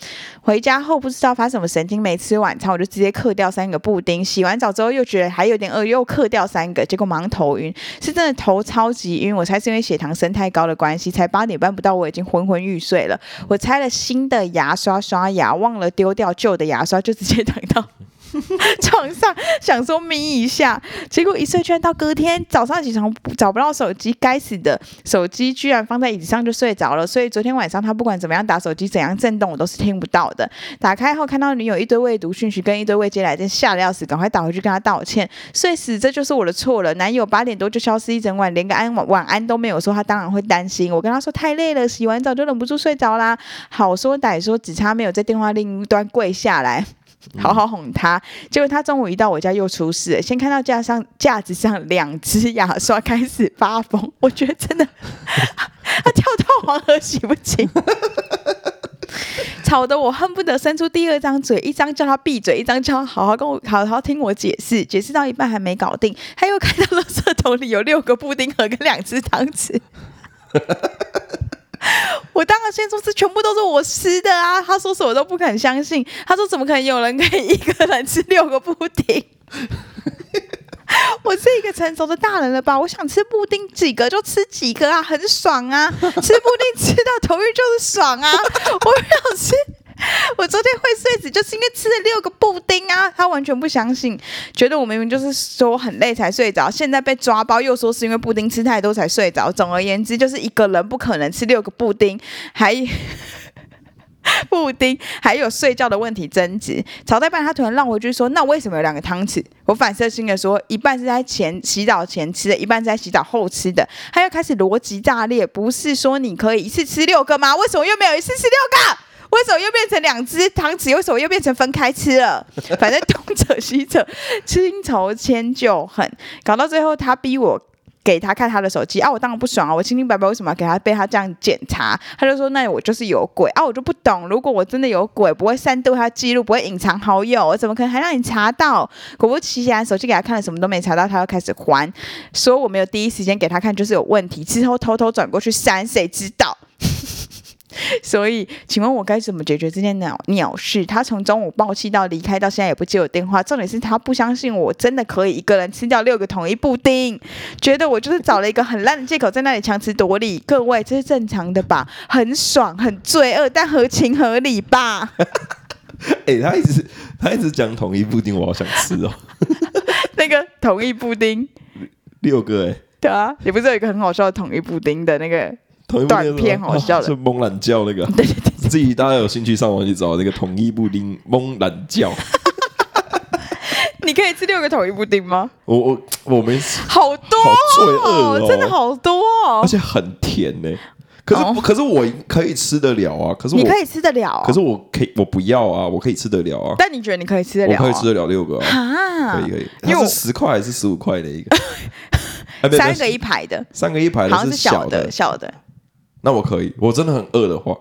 Speaker 2: 回家后不知道发什么神经，没吃晚餐，我就直接嗑掉三个布丁。洗完澡之后又觉得还有点饿，又嗑掉三个，结果马上头晕，是真的头超级晕。我猜是因为血糖升太高的关系，才八点半不到，我已经昏昏欲睡了。我拆了新的牙刷刷牙，忘了丢掉旧的牙刷，就直接躺到 床上想说眯一下，结果一睡居然到隔天早上起床找不到手机，该死的手机居然放在椅子上就睡着了。所以昨天晚上他不管怎么样打手机，怎样震动我都是听不到的。打开后看到女友一堆未读讯息跟一堆未接来电，吓得要死，赶快打回去跟他道歉。睡死这就是我的错了。男友八点多就消失一整晚，连个安晚晚安都没有说，他当然会担心。我跟他说太累了，洗完澡就忍不住睡着啦。好说歹说，只差没有在电话另一端跪下来。好好哄他，结果他中午一到我家又出事了。先看到架上架子上两只牙刷开始发疯，我觉得真的 他跳到黄河洗不清，吵得我恨不得伸出第二张嘴，一张叫他闭嘴，一张叫他好好跟我好好听我解释。解释到一半还没搞定，他又看到垃圾桶里有六个布丁盒跟两只糖匙。我当然先说这全部都是我吃的啊！他说什么都不肯相信，他说怎么可能有人可以一个人吃六个布丁？ 我是一个成熟的大人了吧？我想吃布丁几个就吃几个啊，很爽啊！吃布丁吃到头晕就是爽啊！我想吃， 我昨天会睡死就是因为吃了六个布丁啊！他完全不相信，觉得我明明就是说很累才睡着，现在被抓包又说是因为布丁吃太多才睡着。总而言之，就是一个人不可能吃六个布丁，还。 布丁，还有睡觉的问题争执。吵到一半，他突然让我去说：“那为什么有两个汤匙？”我反射性的说：“一半是在前洗澡前吃的，一半是在洗澡后吃的。”他又开始逻辑炸裂，不是说你可以一次吃六个吗？为什么又没有一次吃六个？为什么又变成两只汤匙？为什么又变成分开吃了？ 反正东扯西扯，亲仇迁就很，搞到最后他逼我给他看他的手机啊，我当然不爽啊，我清清白白为什么要给他被他这样检查？他就说那我就是有鬼啊，我就不懂，如果我真的有鬼，不会删掉他记啊录，不会隐藏好友，我怎么可能还让你查到？果不其然，手机给他看了什么都没查到，他又开始还，说我没有第一时间给他看就是有问题，之后偷偷转过去删，谁知道？所以，请问我该怎么解决这件鸟鸟事？他从中午暴气到离开，到现在也不接我电话。重点是他不相信我真的可以一个人吃掉六个统一布丁，觉得我就是找了一个很烂的借口在那里强词夺理。各位，这是正常的吧？很爽，很罪恶，但合情合理吧？
Speaker 3: 哎、他一直他一直讲统一布丁，我好想吃哦，
Speaker 2: 那个统一布丁，
Speaker 3: 六个哎、
Speaker 2: 对啊，你不是有一个很好笑的统一布丁的那个？
Speaker 3: 统一布丁
Speaker 2: 短
Speaker 3: 是什么
Speaker 2: 片好笑的
Speaker 3: 啊是蒙懒教那个，
Speaker 2: 对对对，
Speaker 3: 自己大家有兴趣上网去找那个统一布丁蒙懒教。
Speaker 2: 你可以吃六个统一布丁吗？
Speaker 3: 我我我没吃，
Speaker 2: 好多
Speaker 3: 好罪恶哦
Speaker 2: 真的好多哦
Speaker 3: 而！且很甜呢、可是、
Speaker 2: 哦
Speaker 3: 可是我可以吃得了啊，可是我
Speaker 2: 你可以吃得了哦、
Speaker 3: 可是我可以我不要啊，我可以吃得了啊，
Speaker 2: 但你觉得你可以吃得了、
Speaker 3: 我
Speaker 2: 啊？
Speaker 3: 可以吃得了六个啊，
Speaker 2: 哈，
Speaker 3: 可以可以，
Speaker 2: 嗯因为
Speaker 3: 它
Speaker 2: 我
Speaker 3: 是十块还是十五块的 一个？哎没有没有
Speaker 2: 三个一排的，
Speaker 3: 三个一排
Speaker 2: 好
Speaker 3: 的
Speaker 2: 像是
Speaker 3: 小
Speaker 2: 的，小的
Speaker 3: 那我可以，我真的很饿的话，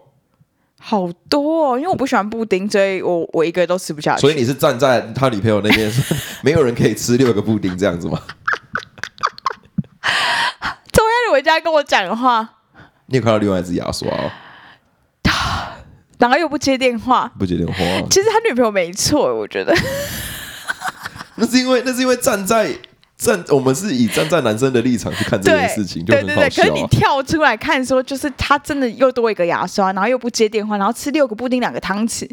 Speaker 2: 好多、哦，因为我不喜欢布丁，所以我我一个都吃不下去。
Speaker 3: 所以你是站在他女朋友那边，说 没有人可以吃六个布丁这样子吗？
Speaker 2: 周燕回家跟我讲话，
Speaker 3: 你有看到另外一只牙刷哦，
Speaker 2: 然后又不接电话。
Speaker 3: 不接电话哦、
Speaker 2: 其实他女朋友没错，我觉得
Speaker 3: 那是因为那是因为站在站，我们是以站在男生的立场去看这
Speaker 2: 对
Speaker 3: 件，事情，就
Speaker 2: 对
Speaker 3: 很
Speaker 2: 对
Speaker 3: 好
Speaker 2: 对。可
Speaker 3: 笑、
Speaker 2: 是你
Speaker 3: 啊。
Speaker 2: 跳出来看，说就是他真的又多一个牙刷，然后又不接电话，然后吃六个布丁，两个汤匙，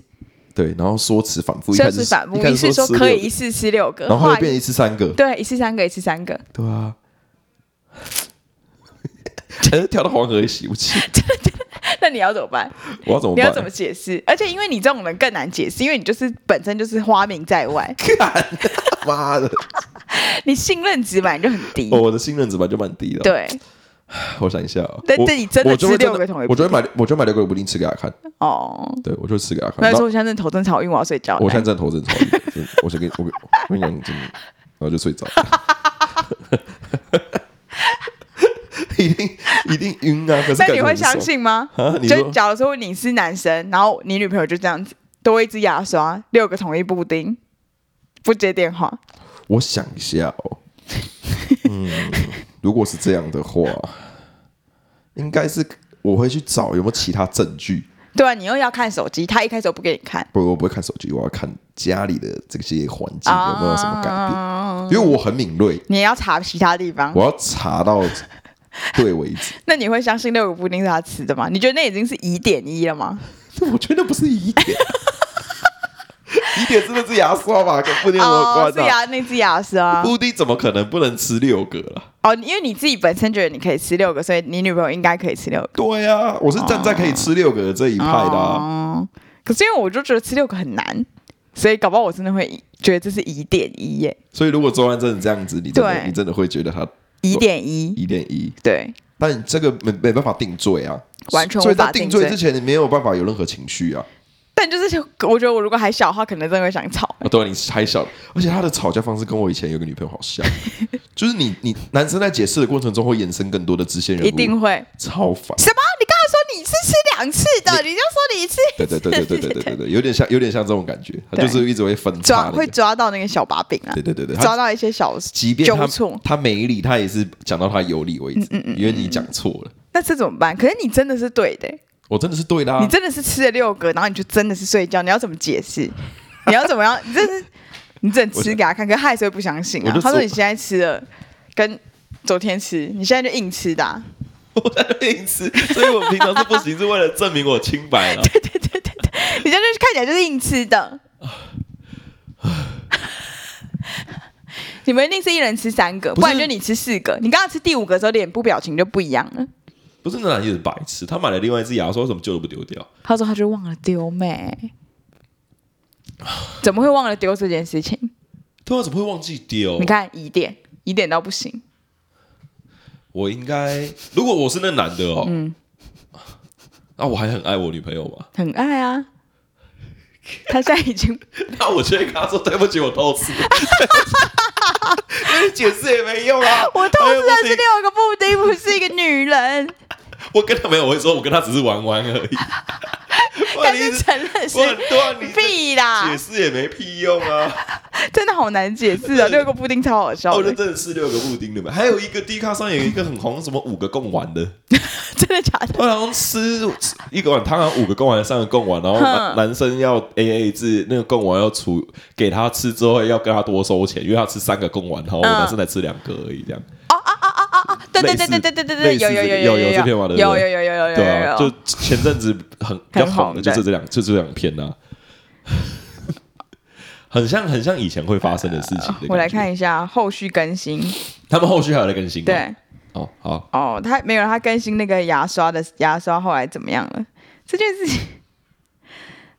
Speaker 3: 对，然后说辞反复，一
Speaker 2: 所以
Speaker 3: 开
Speaker 2: 是
Speaker 3: 始
Speaker 2: 反复，
Speaker 3: 一开
Speaker 2: 一
Speaker 3: 始
Speaker 2: 次
Speaker 3: 说
Speaker 2: 说
Speaker 3: 吃
Speaker 2: 可以
Speaker 3: 六
Speaker 2: 一次吃六
Speaker 3: 个，
Speaker 2: 个，
Speaker 3: 然后
Speaker 2: 后
Speaker 3: 后
Speaker 2: 来
Speaker 3: 来变一次三个，
Speaker 2: 对一次三个，一次三个，
Speaker 3: 对啊， 哎跳到黄河也洗不清，
Speaker 2: 那你要怎么办？
Speaker 3: 我要怎么
Speaker 2: 你
Speaker 3: 办？
Speaker 2: 要怎么解释？而且因为你这种人更难解释，因为你就是本身就是花名在 外，
Speaker 3: 干？ 妈的！
Speaker 2: 你信任值本来就很低。
Speaker 3: 哦，我的信任值本来就蛮低的。，
Speaker 2: 对，
Speaker 3: 我想一下哦，
Speaker 2: 但
Speaker 3: 我
Speaker 2: 但你真的
Speaker 3: 我就会
Speaker 2: 吃六
Speaker 3: 真的
Speaker 2: 个同一
Speaker 3: 我就会买，我就买六个布丁吃给他看。
Speaker 2: 哦，
Speaker 3: 对，我就吃给他看。
Speaker 2: 那
Speaker 3: 然
Speaker 2: 说
Speaker 3: 后
Speaker 2: 我现在真的头真好晕，我要睡觉了。
Speaker 3: 我现在正头正头，真的我先跟你我跟我跟你讲真的，然后就睡着 了。一定一定晕啊！可是
Speaker 2: 那
Speaker 3: 感
Speaker 2: 你
Speaker 3: 觉
Speaker 2: 会
Speaker 3: 很爽
Speaker 2: 相信吗
Speaker 3: 啊？你
Speaker 2: 就
Speaker 3: 说
Speaker 2: 假如说你是男生，然后你女朋友就这样子，多一支牙刷，六个统一布丁，不接电话，
Speaker 3: 我想一下哦，嗯，如果是这样的话，应该是我会去找有没有其他证据。
Speaker 2: 对啊，你又要看手机，他一开始又不给你看，
Speaker 3: 不，我不会看手机，我要看家里的这些环境
Speaker 2: 啊
Speaker 3: 有没有什么改变，因为我很敏锐，
Speaker 2: 你也要查其他地方
Speaker 3: 我。要查 到对为止。
Speaker 2: 那你会相信六个布丁是他吃的吗？你觉得那已经是疑点一了吗？
Speaker 3: 我觉得不是疑点，几点吃那只牙刷吧，跟布丁有什么
Speaker 2: 哦，
Speaker 3: 关
Speaker 2: 是
Speaker 3: 系、啊？
Speaker 2: 牙那只牙刷
Speaker 3: 布丁怎么可能不能吃六个啦？
Speaker 2: 哦，因为你自己本身觉得你可以吃六个，所以你女朋友应该可以吃六个。
Speaker 3: 对呀、我是站在可以吃六个的这一派的、啊。
Speaker 2: 啊哦，可是因为我就觉得吃六个很难，所以搞不好我真的会觉得这是疑点一耶，
Speaker 3: 所以如果周安真的这样子，你真的
Speaker 2: 对
Speaker 3: 你真的会觉得他
Speaker 2: 疑点一，
Speaker 3: 一点一，
Speaker 2: 对，
Speaker 3: 但这个没没办法定罪啊，
Speaker 2: 完全
Speaker 3: 所以
Speaker 2: 无法
Speaker 3: 在
Speaker 2: 定
Speaker 3: 定
Speaker 2: 罪
Speaker 3: 罪之前，你没有办法有任何情绪啊。
Speaker 2: 但就是我觉得我如果还小的话，可能真的会想吵。
Speaker 3: 啊，对啊，你还小，而且他的吵架方式跟我以前有个女朋友好 像，就是你你男生在解释的过程中会延伸更多的支线人物，
Speaker 2: 一定会
Speaker 3: 超烦。
Speaker 2: 什么？你刚才说你是吃两次的，你就说你一次
Speaker 3: 对对对对对对对对对，有点像有点像这种感觉，他就是一直会分叉
Speaker 2: 抓
Speaker 3: 那个
Speaker 2: 会抓到那个小把柄啊，
Speaker 3: 对对对对，
Speaker 2: 抓
Speaker 3: 他
Speaker 2: 到一些小
Speaker 3: 即便他
Speaker 2: 纠错。
Speaker 3: 他没理，他也是讲到他有理为止，
Speaker 2: 嗯
Speaker 3: 因为你讲错了，
Speaker 2: 那这怎么办？可是你真的是对的欸、
Speaker 3: 我真的是对的、啊，
Speaker 2: 你真的是吃了六个，然后你就真的是睡觉，你要怎么解释？你要怎么样？你这是你只能吃给他看，可是他还是会不相信
Speaker 3: 我
Speaker 2: 啊
Speaker 3: 就。
Speaker 2: 他说
Speaker 3: 说
Speaker 2: 你现在吃了，跟昨天吃，你现在就硬吃的啊、
Speaker 3: 我在那边吃，所以我平常是不行，是为了证明我清白 了。
Speaker 2: 你现在就是看起来就是硬吃的。你们一定是一人吃三个，
Speaker 3: 不是
Speaker 2: 不然就你吃四个。你刚刚吃第五个的时候，脸部表情就不一样了。
Speaker 3: 不是那男也是白痴，他买了另外一只牙刷，为什么旧的不丢掉？
Speaker 2: 他说他就忘了丢妹，怎么会忘了丢这件事情？
Speaker 3: 对啊，怎么会忘记丢
Speaker 2: 你？看疑点，疑点到不行。
Speaker 3: 我应该，如果我是那男的哦，
Speaker 2: 嗯
Speaker 3: 那我还很爱我女朋友嘛？
Speaker 2: 很爱啊。他现在已经
Speaker 3: 那我就会跟他说对不起，我偷吃，跟你解释也没用啊。
Speaker 2: 我偷吃的
Speaker 3: 哎
Speaker 2: 是
Speaker 3: 不行
Speaker 2: 六个布丁，不是一个女人，
Speaker 3: 我跟他没有，我会说我跟他只是玩玩而 已。不
Speaker 2: 但
Speaker 3: 然你一
Speaker 2: 是
Speaker 3: 直
Speaker 2: 承认是
Speaker 3: 不然对啊，你
Speaker 2: 屁
Speaker 3: 解
Speaker 2: 啦，
Speaker 3: 释也没屁用啊。
Speaker 2: 真的好难解释啊！六个布丁超好笑
Speaker 3: 哦，
Speaker 2: 的
Speaker 3: 就，真的是六个布丁的嘛，还有一个 D 卡上有一个很红，什么五个贡丸的，
Speaker 2: 真的假的？
Speaker 3: 我好像吃一个碗汤，好像五个贡丸，三个贡丸，然后男
Speaker 2: 哼
Speaker 3: 男生要 A A 制，那个贡丸要除给他吃之后要跟他多收钱，因为他吃三个贡丸，然后我
Speaker 2: 嗯
Speaker 3: 男生才吃两个而已，这样
Speaker 2: 对对
Speaker 3: 类
Speaker 2: 对
Speaker 3: 似
Speaker 2: 对对对对对，
Speaker 3: 类似
Speaker 2: 有有
Speaker 3: 这
Speaker 2: 有
Speaker 3: 个有
Speaker 2: 有
Speaker 3: 有这篇嘛对不对
Speaker 2: 有有有有有
Speaker 3: 对
Speaker 2: 有
Speaker 3: 啊，
Speaker 2: 有
Speaker 3: 就前阵子很比较红的
Speaker 2: 哦很红
Speaker 3: 就
Speaker 2: 对
Speaker 3: 是这两就这两篇呐， 很像很像以前会发生的事情的感觉。
Speaker 2: 我来看一下后续更新，
Speaker 3: 他们后续还有在更新吗，
Speaker 2: 对
Speaker 3: 哦，好，
Speaker 2: 哦，他没有他更新那个牙刷的牙刷后来怎么样了？这件事情，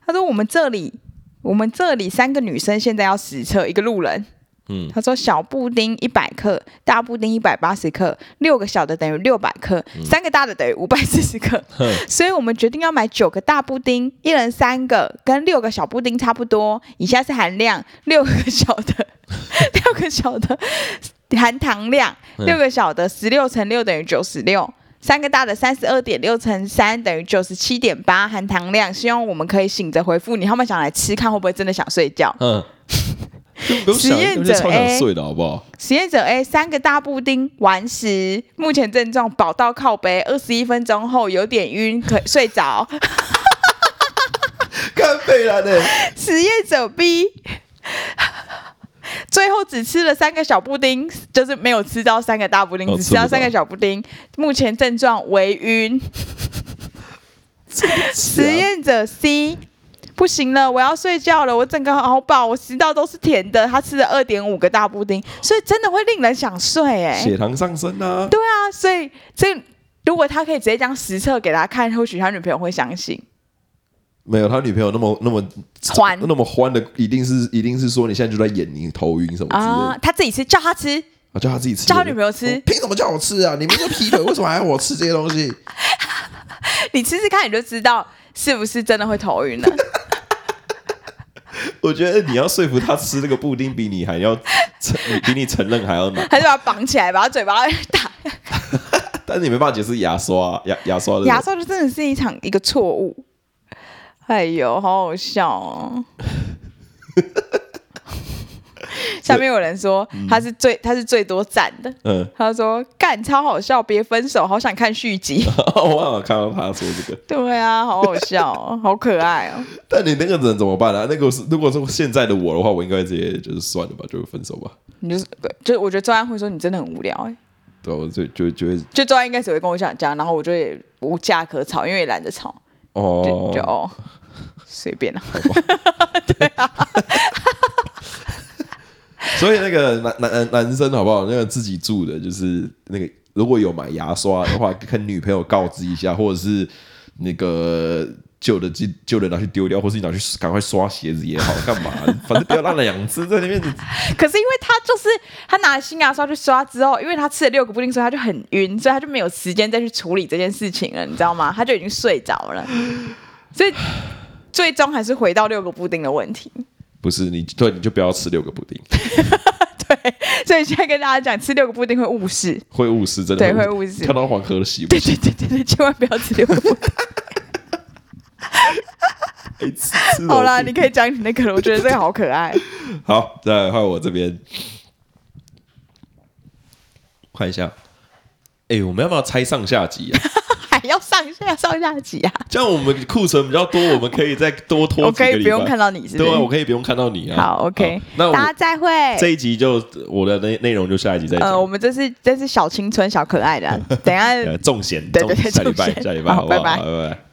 Speaker 2: 他说我们这里我们这里三个女生现在要实测一个路人。
Speaker 3: 嗯，
Speaker 2: 他说小布丁一百克，大布丁一百八十克，六个小的等于六百克，三个大的等于五百四十克。
Speaker 3: 哼
Speaker 2: 所以我们决定要买九个大布丁，一人三个，跟六个小布丁差不多。以下是含量：六个小的， 六个小的含糖量，
Speaker 3: 嗯
Speaker 2: 六个小的十六乘六等于九十六。三个大的三十二点六乘三等于九十七点八含糖量，希望我们可以醒着回复你，他们想来吃，看会不会真的想睡觉。
Speaker 3: 嗯，根 本不用想，
Speaker 2: 实验
Speaker 3: 根本就
Speaker 2: 者
Speaker 3: 超想
Speaker 2: A
Speaker 3: 睡的好不好？
Speaker 2: 实验者 A 三个大布丁完食，目前症状饱到靠背，二十一分钟后有点晕，可睡着。
Speaker 3: 干贝兰的，
Speaker 2: 实验者 B 最后只吃了三个小布丁，就是没有吃到三个大布丁，
Speaker 3: 哦
Speaker 2: 只吃到
Speaker 3: 吃不到
Speaker 2: 三个小布丁。目前症状为晕。实验者 C 不行了，我要睡觉了，我整个好饱，我食道都是甜的。他吃了二点五个大布丁，所以真的会令人想睡哎、
Speaker 3: 血糖上升啊！
Speaker 2: 对啊，所以所以如果他可以直接将实测给他看，或许他女朋友会相信。
Speaker 3: 没有，他女朋友那么那么
Speaker 2: 欢
Speaker 3: 那么欢的，一定是一定是说你现在就在演你头晕什么之类
Speaker 2: 啊，
Speaker 3: 的。
Speaker 2: 他自己吃，叫他吃，
Speaker 3: 啊，叫他自己吃，
Speaker 2: 叫他女朋友吃
Speaker 3: 哦凭什么叫我吃啊？你们就劈腿， 为什么还要我吃这些东西？
Speaker 2: 你吃吃看，你就知道是不是真的会头晕了。
Speaker 3: 我觉得你要说服他吃那个布丁，比你还要承，比你承认还要 难。
Speaker 2: 还是把它绑起来，把他嘴巴打。
Speaker 3: 但是你没办法解释牙刷啊牙牙刷的
Speaker 2: 牙刷就真的是一场一个错误。哎呦，好好笑哦！下面有人说他是最他是最多赞的，
Speaker 3: 嗯，
Speaker 2: 他说干超好笑，别分手，好想看续集。
Speaker 3: 我忘了看到他说这个。
Speaker 2: 对啊，好好笑、哦，好可爱哦。
Speaker 3: 但你那个人怎么办啊？那个是如果说现在的我的话，我应该直接就是算了吧，就分手吧。
Speaker 2: 你就是就是，我觉得周安会说你真的很无聊哎、
Speaker 3: 对啊，我就就就会
Speaker 2: 就周安应该只会跟我讲讲，然后我就也无架可吵，因为也懒得吵，就、
Speaker 3: 哦
Speaker 2: 就，哦，随便啊。对
Speaker 3: 所以那个男男男男生好不好？那个自己住的，就是那个如果有买牙刷的话，跟女朋友告知一下，或者是那个旧的旧旧的拿去丢掉，或是你拿去赶快刷鞋子也好，干嘛？ 反正不要让那两只在那边。
Speaker 2: 可是因为他就是他拿了新牙刷去刷之后，因为他吃了六个布丁，所以他就很晕，所以他就没有时间再去处理这件事情了，你知道 吗？他就已经睡着了，所以最终还是回到六个布丁的问题。
Speaker 3: 不是你，对，你就不要吃六个布丁，
Speaker 2: 对，所以现在跟大家讲，吃六个布丁会误事。
Speaker 3: 会误事，真的
Speaker 2: 对
Speaker 3: 误
Speaker 2: 会误事
Speaker 3: 跳到黄河的洗不
Speaker 2: 对对对对对，千万不要吃六个 布丁。
Speaker 3: 起。吃吃
Speaker 2: 好啦，
Speaker 3: 肉
Speaker 2: 你可以讲你那个了，我觉得这个好可爱。
Speaker 3: 好，再来换我这边，看一下。哎、我们要不要拆上下集啊？
Speaker 2: 还要上下上下集啊？
Speaker 3: 这样我们库存比较多，我们可以再多拖
Speaker 2: 我
Speaker 3: 几个
Speaker 2: 可
Speaker 3: 礼拜。
Speaker 2: 以不用看到你是不
Speaker 3: 对啊，
Speaker 2: 是
Speaker 3: 我可以不用看到你啊。
Speaker 2: 好，OK，
Speaker 3: 那
Speaker 2: 大家
Speaker 3: 我
Speaker 2: 再会。
Speaker 3: 这一集就我的内内容就下一集再
Speaker 2: 呃，我
Speaker 3: 讲。
Speaker 2: 们这是这是小青春、小可爱的啊、等一下
Speaker 3: 呃，重咸，
Speaker 2: 对对对
Speaker 3: 重下礼
Speaker 2: 重
Speaker 3: 拜，
Speaker 2: 咸
Speaker 3: 下礼拜，
Speaker 2: 好
Speaker 3: 好不好？
Speaker 2: 拜拜
Speaker 3: 拜拜。